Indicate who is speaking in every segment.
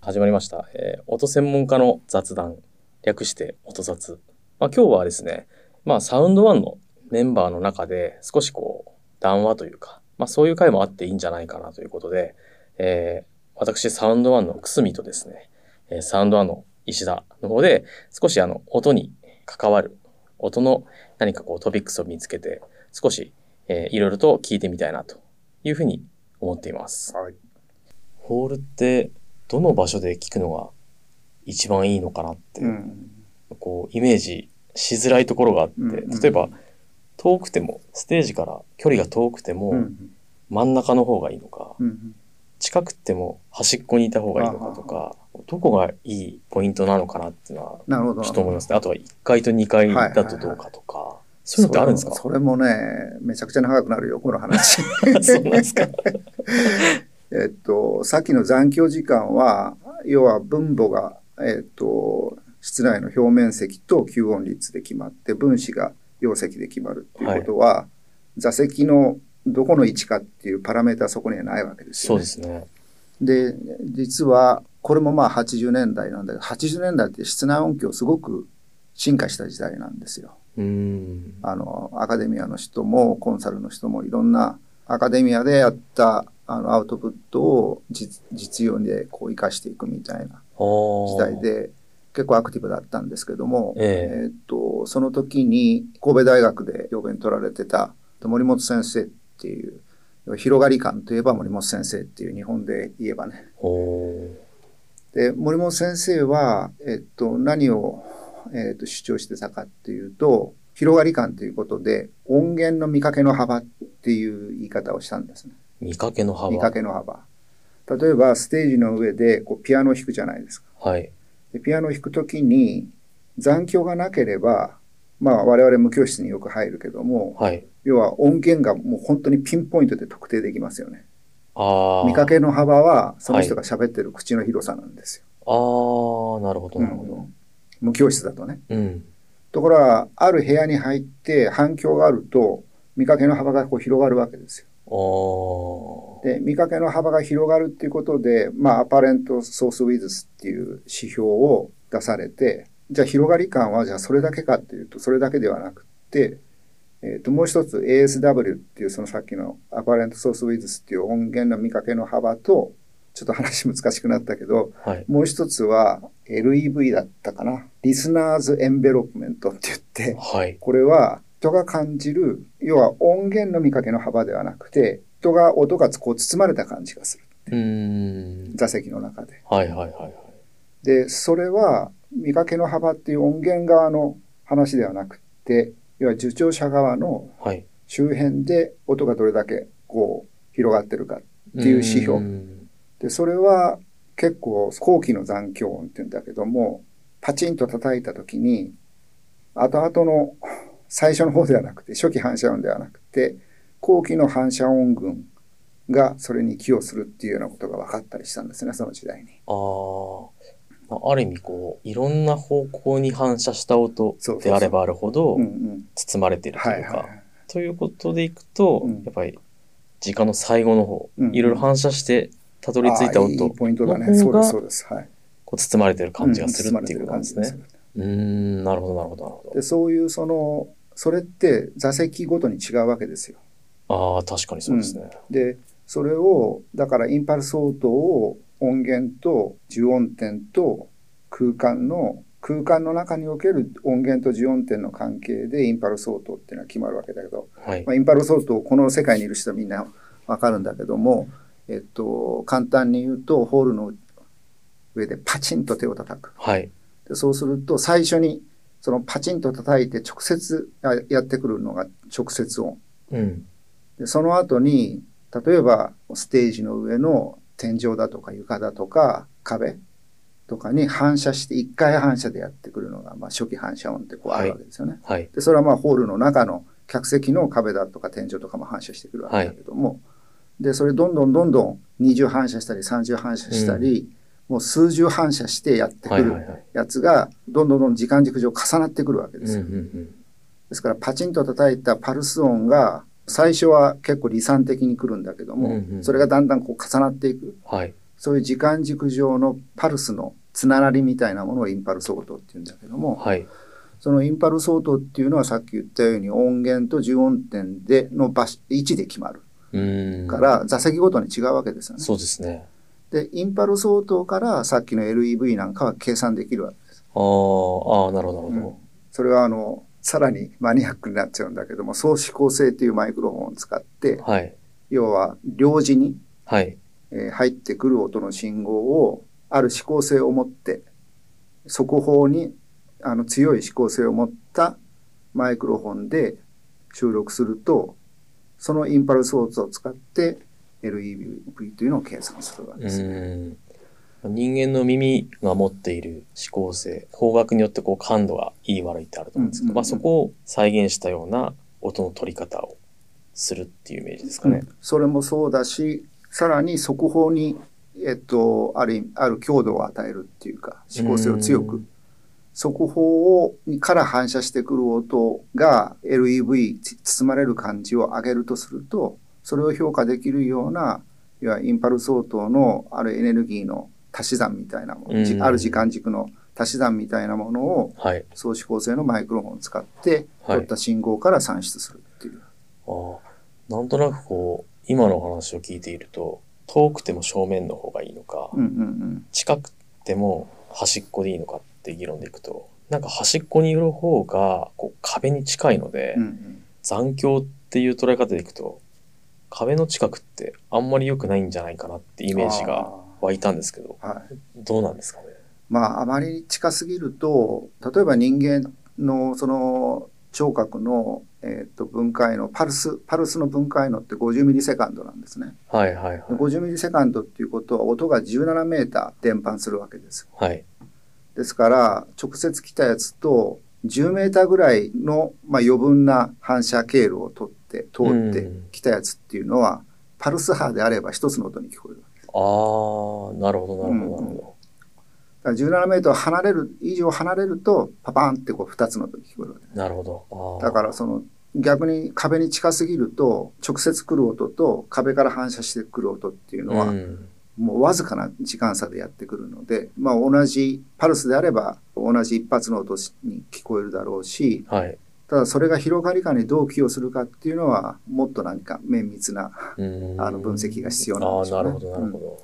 Speaker 1: 始まりました、えー音専門家の雑談略して音雑、まあ、今日はですね、まあ、サウンドワンのメンバーの中で少しこう談話というか、まあ、そういう回もあっていいんじゃないかなということで、えー私サウンドワンの久住とですね、えーサウンドワンの石田の方で少しあの音に関わる音の何かこうトピックスを見つけて少し、えーいろいろと聞いてみたいなというふうに思っています。
Speaker 2: はい。
Speaker 1: ホールってどの場所で聞くのが一番いいのかなって、
Speaker 2: うん。
Speaker 1: こうイメージしづらいところがあって、
Speaker 2: うんうん
Speaker 1: 例えば遠くてもステージから距離が遠くても、
Speaker 2: うん。
Speaker 1: 真ん中の方がいいのか
Speaker 2: うん。
Speaker 1: 近くても端っこにいた方がいいのかとかどこがいいポイントなのかなっていうのは
Speaker 2: なるほど。
Speaker 1: ちょっと思いますねあとは1階と2階だとどうかとか、そういうのってあるんですか
Speaker 2: それもそれもね、めちゃくちゃ長くなるよ、この話。
Speaker 1: そうなんですか
Speaker 2: えっと、さっきの残響時間は、要は分母が、えっと、室内の表面積と吸音率で決まって、分子が容積で決まるっていうことは、座席のどこの位置かっていうパラメータはそこにはないわけですよ、ね。
Speaker 1: そうですね
Speaker 2: で実はこれもまあ80年代なんだけど80年代って室内音響すごく進化した時代なんですよ。
Speaker 1: うーん
Speaker 2: あのアカデミアの人もコンサルの人もいろんなアカデミアでやったあのアウトプットを実実用でこう生かしていくみたいな時
Speaker 1: 時
Speaker 2: 代で結構アクティブだったんですけども、
Speaker 1: ええ
Speaker 2: ーっとその時に神戸大学で教鞭取られてた森本先生っていう広がり感といえば森本先生っていう日本で言えばね
Speaker 1: ほう
Speaker 2: で森本先生は、えっと、何を、えっと、主張してたかっていうと広がり感ということで音源の見かけの幅っていう言い方をしたんですね
Speaker 1: 見かけの幅
Speaker 2: 見かけの幅例えばステージの上でこうピアノを弾くじゃないですか
Speaker 1: はい
Speaker 2: でピアノを弾くときに残響がなければまあ我々無教室によく入るけども
Speaker 1: はい
Speaker 2: 要は音源がもう本当にピンポイントで特定できますよね
Speaker 1: ああ
Speaker 2: 見かけの幅はその人が喋ってる口の広さなんですよ、
Speaker 1: ああ、なるほど、なるほ
Speaker 2: う
Speaker 1: ど。
Speaker 2: ん無教室だとね
Speaker 1: うん。
Speaker 2: ところがある部屋に入って反響があると見かけの幅がこう広がるわけですよ。
Speaker 1: あ
Speaker 2: で見かけの幅が広がるっていうことで、まあ、アパレントソースウィズスっていう指標を出されてじゃあ広がり感はじゃあそれだけかっていうとそれだけではなくって、えー、ともう一つ ASW っていうそのさっきのアパレントソースウィズスっていう音源の見かけの幅とちょっと話難しくなったけど
Speaker 1: あ、はい。
Speaker 2: もう一つは LEV だったかなリスナーズエンベロップメントって言って
Speaker 1: はい。
Speaker 2: これは人が感じる要は音源の見かけの幅ではなくて人が音がこう包まれた感じがする
Speaker 1: うーん。
Speaker 2: 座席の中で。
Speaker 1: はいはいはいはい。
Speaker 2: でそれは見かけの幅っていう音源側の話ではなくて要は受聴者側の
Speaker 1: はい。
Speaker 2: 周辺で音がどれだけこう広がってるか
Speaker 1: って
Speaker 2: いう指標
Speaker 1: うん。
Speaker 2: でそれは結構後期の残響音っていうんだけどもパチンと叩いた時に後々の最初の方ではなくて初期反射音ではなくて後期の反射音群がそれに寄与するっていうようなことが分かったりしたんですねその時代に。
Speaker 1: あーまあ。ある意味、こう、いろんな方向に反射した音
Speaker 2: そうそうそう
Speaker 1: であればあるほど
Speaker 2: うんうん、
Speaker 1: 包まれていると
Speaker 2: はいいうはいは
Speaker 1: か。
Speaker 2: い
Speaker 1: ということでいくと
Speaker 2: うん、
Speaker 1: やっぱり、時間の最後の方
Speaker 2: う、ん
Speaker 1: いろいろ反射して、たどり着いた
Speaker 2: ああい
Speaker 1: 音
Speaker 2: い、ポイントだね。
Speaker 1: の方
Speaker 2: そうで
Speaker 1: が
Speaker 2: すそうです。はい。
Speaker 1: こう包まれている感じがする
Speaker 2: うん
Speaker 1: っていうことなんです。
Speaker 2: 包まれて
Speaker 1: ね
Speaker 2: る。感じが
Speaker 1: うーん、なるほど、なるほど、なるほ
Speaker 2: でそういうそのそれって座席ごとに違うわけですよ。
Speaker 1: ど。ああ、確かにそうですね。
Speaker 2: でそれをだからインパルス応答を音源と受音点と空間の空間の中における音源と受音点の関係でインパルス応答っていうのは決まるわけだけど、
Speaker 1: はい
Speaker 2: ま。あ、インパルス応答この世界にいる人はみんなわかるんだけども、えっと、簡単に言うとホールの上でパチンと手を叩く
Speaker 1: はい。
Speaker 2: でそうすると最初にそのパチンと叩いて直接あやってくるのが直接音
Speaker 1: うん。
Speaker 2: でその後に例えばステージの上の天井だとか床だとか壁とかに反射して1回反射でやってくるのが、まあ、初期反射音ってこうあるわけですよね。
Speaker 1: はい。
Speaker 2: でそれはまあホールの中の客席の壁だとか天井とかも反射してくるわけだけども、でそれどんどんどんどん二重反射したり三重反射したり、もう数重反射してやってく
Speaker 1: はいはい
Speaker 2: る
Speaker 1: はい。
Speaker 2: やつがどんどんどん時間軸上重なってくるわけですよ。
Speaker 1: うん
Speaker 2: ですからパチンと叩いたパルス音が最初は結構理算的に来るんだけども、
Speaker 1: うんうん
Speaker 2: それがだんだんこう重なっていく
Speaker 1: はい。
Speaker 2: そういう時間軸上のパルスのつながりみたいなものをインパルスオートっていうんだけども、
Speaker 1: はい。
Speaker 2: そのインパルスオートっていうのはさっき言ったように音源と重音点での場所位置で決まる
Speaker 1: うーん。
Speaker 2: から、座席ごとに違うわけですよね。
Speaker 1: そうですね。
Speaker 2: で、インパルスオートからさっきの LEV なんかは計算できるわけです。
Speaker 1: あーあー、なるほど、なる
Speaker 2: うん
Speaker 1: ほ
Speaker 2: それはあの、さらにマニアックになっちゃうんだけども、総指向性というマイクロフォンを使って
Speaker 1: ど。、はい。
Speaker 2: 要は両耳に
Speaker 1: はい。
Speaker 2: えー入ってくる音の信号をある指向性を持って速報にあの強い指向性を持ったマイクロフォンで収録するとそのインパルスオーツを使って LEV というのを計算するわけ
Speaker 1: う
Speaker 2: ですね。
Speaker 1: ーん。人間の耳が持っている指向性、方角によってこう感度がいい悪いってあると思うんですけど、
Speaker 2: うんうんうん
Speaker 1: まあそこを再現したような音の取り方をするっていうイメージですかね。
Speaker 2: うんそれもそうだしさらに速報に、えっと、ある意味ある強度を与えるっていうか指向性を強く
Speaker 1: うん
Speaker 2: 速報をから反射してくる音が LEV つ包まれる感じを上げるとするとそれを評価できるようないわゆるインパルス応答のあるエネルギーの足し算みたいなもの、じ
Speaker 1: うん
Speaker 2: ある時間軸の足し算みたいなものを
Speaker 1: はい。
Speaker 2: 総指向性のマイクロフォンを使って
Speaker 1: はい
Speaker 2: 取った信号から算出するっていう、
Speaker 1: ああ、なんとなくこう、今のお話を聞いていると、遠くても正面の方がいいのか、
Speaker 2: うんうんうん、
Speaker 1: 近くても端っこでいいのかって議論でいくと、なんか端っこにいる方がこう壁に近いので、
Speaker 2: うんうん
Speaker 1: 残響っていう捉え方でいくと、壁の近くってあんまり良くないんじゃないかなってイメージが湧いたんですけど、
Speaker 2: あーはい
Speaker 1: どうなんですかね。
Speaker 2: まあ、あまり近すぎると例えば人間のその聴覚の、えー、と分解のパルスパルスの分解のって50ミリセカンドなんですね。
Speaker 1: はいはいはい。
Speaker 2: 50ミリセカンドっていうことは音が17メーター伝播するわけです。
Speaker 1: はい。
Speaker 2: ですから直接来たやつと10メーターぐらいの、まあ、余分な反射経路を取って通って
Speaker 1: うん
Speaker 2: きたやつっていうのは、パルス波であれば一つの音に聞こえる。
Speaker 1: ああ、なるほどなるほどなるほ
Speaker 2: だから17メートル離れる以上離れるとパパーンってこう2つの音に聞こえるわけです
Speaker 1: ど。なるほど。ああ
Speaker 2: だからその逆に壁に近すぎると直接来る音と壁から反射してくる音っていうのは、
Speaker 1: うん
Speaker 2: もうわずかな時間差でやってくるので、まあ、同じパルスであれば同じ一発の音に聞こえるだろうし
Speaker 1: はい。
Speaker 2: ただそれが広がりかにどう寄与するかっていうのはもっと何か綿密な
Speaker 1: うん
Speaker 2: あの分析が必要なんでしょう
Speaker 1: ああ、なる
Speaker 2: ね
Speaker 1: ほど、なるほ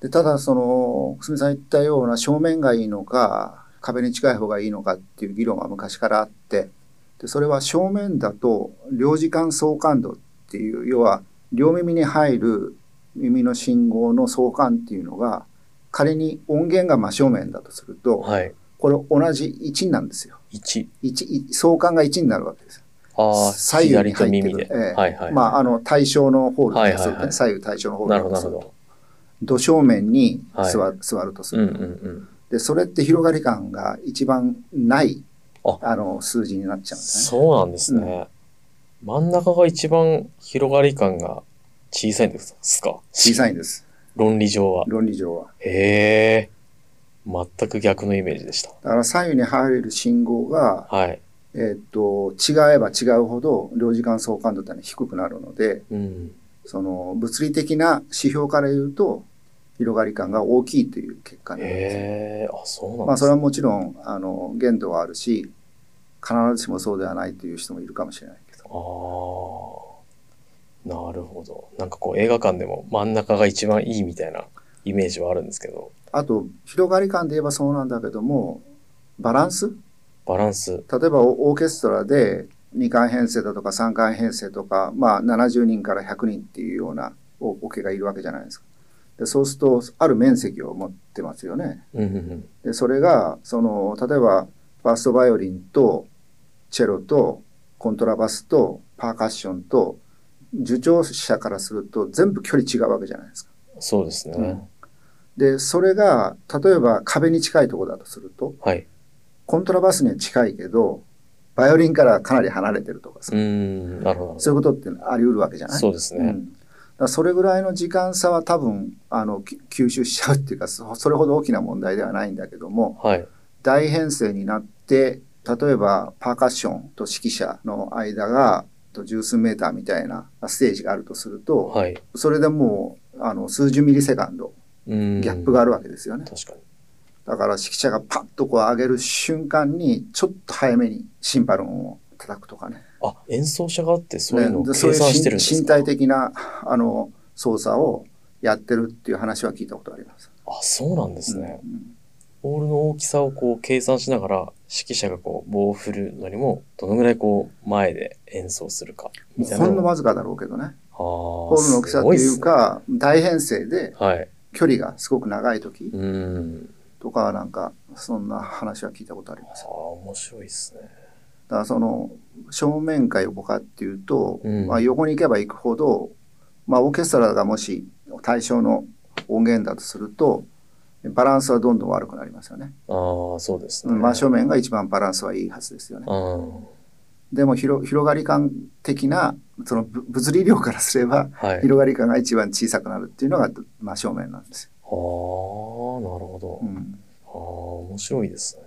Speaker 2: でただその久住さん言ったような正面がいいのか壁に近い方がいいのかっていう議論は昔からあってでそれは正面だと両時間相関度っていう要は両耳に入る耳の信号の相関っていうのが仮に音源が真正面だとする
Speaker 1: ど。
Speaker 2: と
Speaker 1: はい。
Speaker 2: これ同じ1になんですよ
Speaker 1: 1。
Speaker 2: 一い相関が1になるわけですよ。
Speaker 1: ああ、
Speaker 2: 左右に
Speaker 1: 左と
Speaker 2: 入って
Speaker 1: 耳
Speaker 2: くる
Speaker 1: で。
Speaker 2: ええ
Speaker 1: はいはい。
Speaker 2: まああの対象のホールとする
Speaker 1: はいはいはい
Speaker 2: 左右対称のホー
Speaker 1: な
Speaker 2: ル
Speaker 1: るほど、
Speaker 2: と
Speaker 1: な
Speaker 2: す
Speaker 1: る
Speaker 2: る
Speaker 1: ほ
Speaker 2: と
Speaker 1: ど。
Speaker 2: 土正面に座,、
Speaker 1: は
Speaker 2: 座るとす
Speaker 1: うん
Speaker 2: る
Speaker 1: う
Speaker 2: と。
Speaker 1: んうん。
Speaker 2: で、それって広がり感が一番ない、
Speaker 1: あ
Speaker 2: あの、数字になっちゃうんですね。
Speaker 1: そうなんですね。真ん中が一番広がり感が小さいんですか
Speaker 2: 小
Speaker 1: い。
Speaker 2: さいんです。
Speaker 1: 論理上は。
Speaker 2: 論理上は。
Speaker 1: へえ。全く逆のイメージでした。
Speaker 2: だから左右に入れる信号が、
Speaker 1: はい。
Speaker 2: えーっと、違えば違うほど、両時間相関度ってのは低くなるので、
Speaker 1: うん。
Speaker 2: その、物理的な指標から言うと、広がり感が大きいという結果になります。
Speaker 1: へえ。あ、そうなん
Speaker 2: ま
Speaker 1: で
Speaker 2: あ、そ
Speaker 1: す
Speaker 2: れ
Speaker 1: ね。
Speaker 2: はもちろん、あの、限度はあるし、必ずしもそうではないという人もいるかもしれないけど。
Speaker 1: ああ。なるほど。なんかこう映画館でも真ん中が一番いいみたいなイメージはあるんですけど、
Speaker 2: あと、広がり感で言えばそうなんだけども、バランス
Speaker 1: バランス。
Speaker 2: 例えばオーケストラで2回編成だとか3回編成とか、まあ、70人から100人っていうようなおオケがいるわけじゃないですか。でそうするとある面積を持ってますよね。
Speaker 1: うんうんうん。
Speaker 2: でそれがその例えばファーストバイオリンとチェロとコントラバスとパーカッションと受聴者からすると全部距離違うわけじゃないですか。
Speaker 1: そうですね。
Speaker 2: うんでそれが例えば壁に近いところだとすると
Speaker 1: はい。
Speaker 2: コントラバスには近いけどバイオリンからかなり離れてるとかさ
Speaker 1: うーん、なるほど。
Speaker 2: そういうことってあり得るわけじゃない
Speaker 1: そうです
Speaker 2: う
Speaker 1: ね。
Speaker 2: んだからそれぐらいの時間差は多分あのき吸収しちゃうっていうかそそれほど大きな問題ではないんだけども
Speaker 1: はい。
Speaker 2: 大編成になって例えばパーカッションと指揮者の間がと十数メーターみたいなステージがあるとすると、
Speaker 1: はい。
Speaker 2: それでもうあの数十ミリセカンド
Speaker 1: うん
Speaker 2: ギャップがあるわけですよね。
Speaker 1: 確かに。
Speaker 2: だから指揮者がパッとこう上げる瞬間に、ちょっと早めにシンバルンを叩くとかね。
Speaker 1: あ、演奏者側ってそういうのを
Speaker 2: ね
Speaker 1: 計
Speaker 2: でそういう
Speaker 1: 算してるんです
Speaker 2: 身
Speaker 1: か、
Speaker 2: 体的なあの操作をやってるっていう話は聞いたことあります。
Speaker 1: あ、そうなんですね。
Speaker 2: うん
Speaker 1: ボールの大きさをこう計算しながら指揮者がこう棒を振るのにもどのぐらいこう前で演奏するかみたい
Speaker 2: ほ
Speaker 1: なの
Speaker 2: んのわずかだろうけどね。
Speaker 1: あー
Speaker 2: ホールの大きさっていうか、大編成
Speaker 1: ごい
Speaker 2: です
Speaker 1: っすねはい
Speaker 2: 距離がすごく長い時
Speaker 1: うん
Speaker 2: とかはなんか、そんな話は聞いたことあり
Speaker 1: あ
Speaker 2: ます。
Speaker 1: ー面白いですね
Speaker 2: だからその正面か横かっていうと、
Speaker 1: うん
Speaker 2: まあ、横に行けば行くほど、まあ、オーケストラがもし対象の音源だとするとバランスはどんどん悪くなりますよね。
Speaker 1: ああそうですね、
Speaker 2: うん真正面が一番バランスはいいはずですよね。
Speaker 1: うん
Speaker 2: でも広広がり感的なそのぶ物理量からすれば
Speaker 1: はいああなる
Speaker 2: 広がり感が一番小さくなるっていうのが真正面なんですよ。
Speaker 1: ほど、
Speaker 2: うん
Speaker 1: ああ面白いですね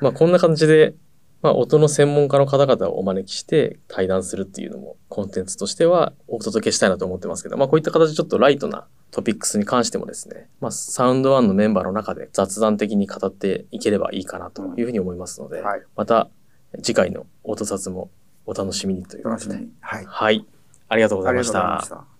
Speaker 1: まあこんな感じで、まあ、音の専門家の方々をお招きして対談するっていうのもコンテンツとしてはお届けしたいなと思ってますけど、まあ、こういった形でちょっとライトなトピックスに関してもですね、まあ、サウンドワンのメンバーの中で雑談的に語っていければいいかなというふうに思いますので、
Speaker 2: はい、
Speaker 1: また次回の音札もお楽しみにというこ
Speaker 2: 楽
Speaker 1: と
Speaker 2: し
Speaker 1: で
Speaker 2: みに、はい、
Speaker 1: はい、ありがとうござ
Speaker 2: あ
Speaker 1: い
Speaker 2: り
Speaker 1: ま
Speaker 2: がとうご
Speaker 1: し
Speaker 2: ざいま
Speaker 1: た
Speaker 2: し。た。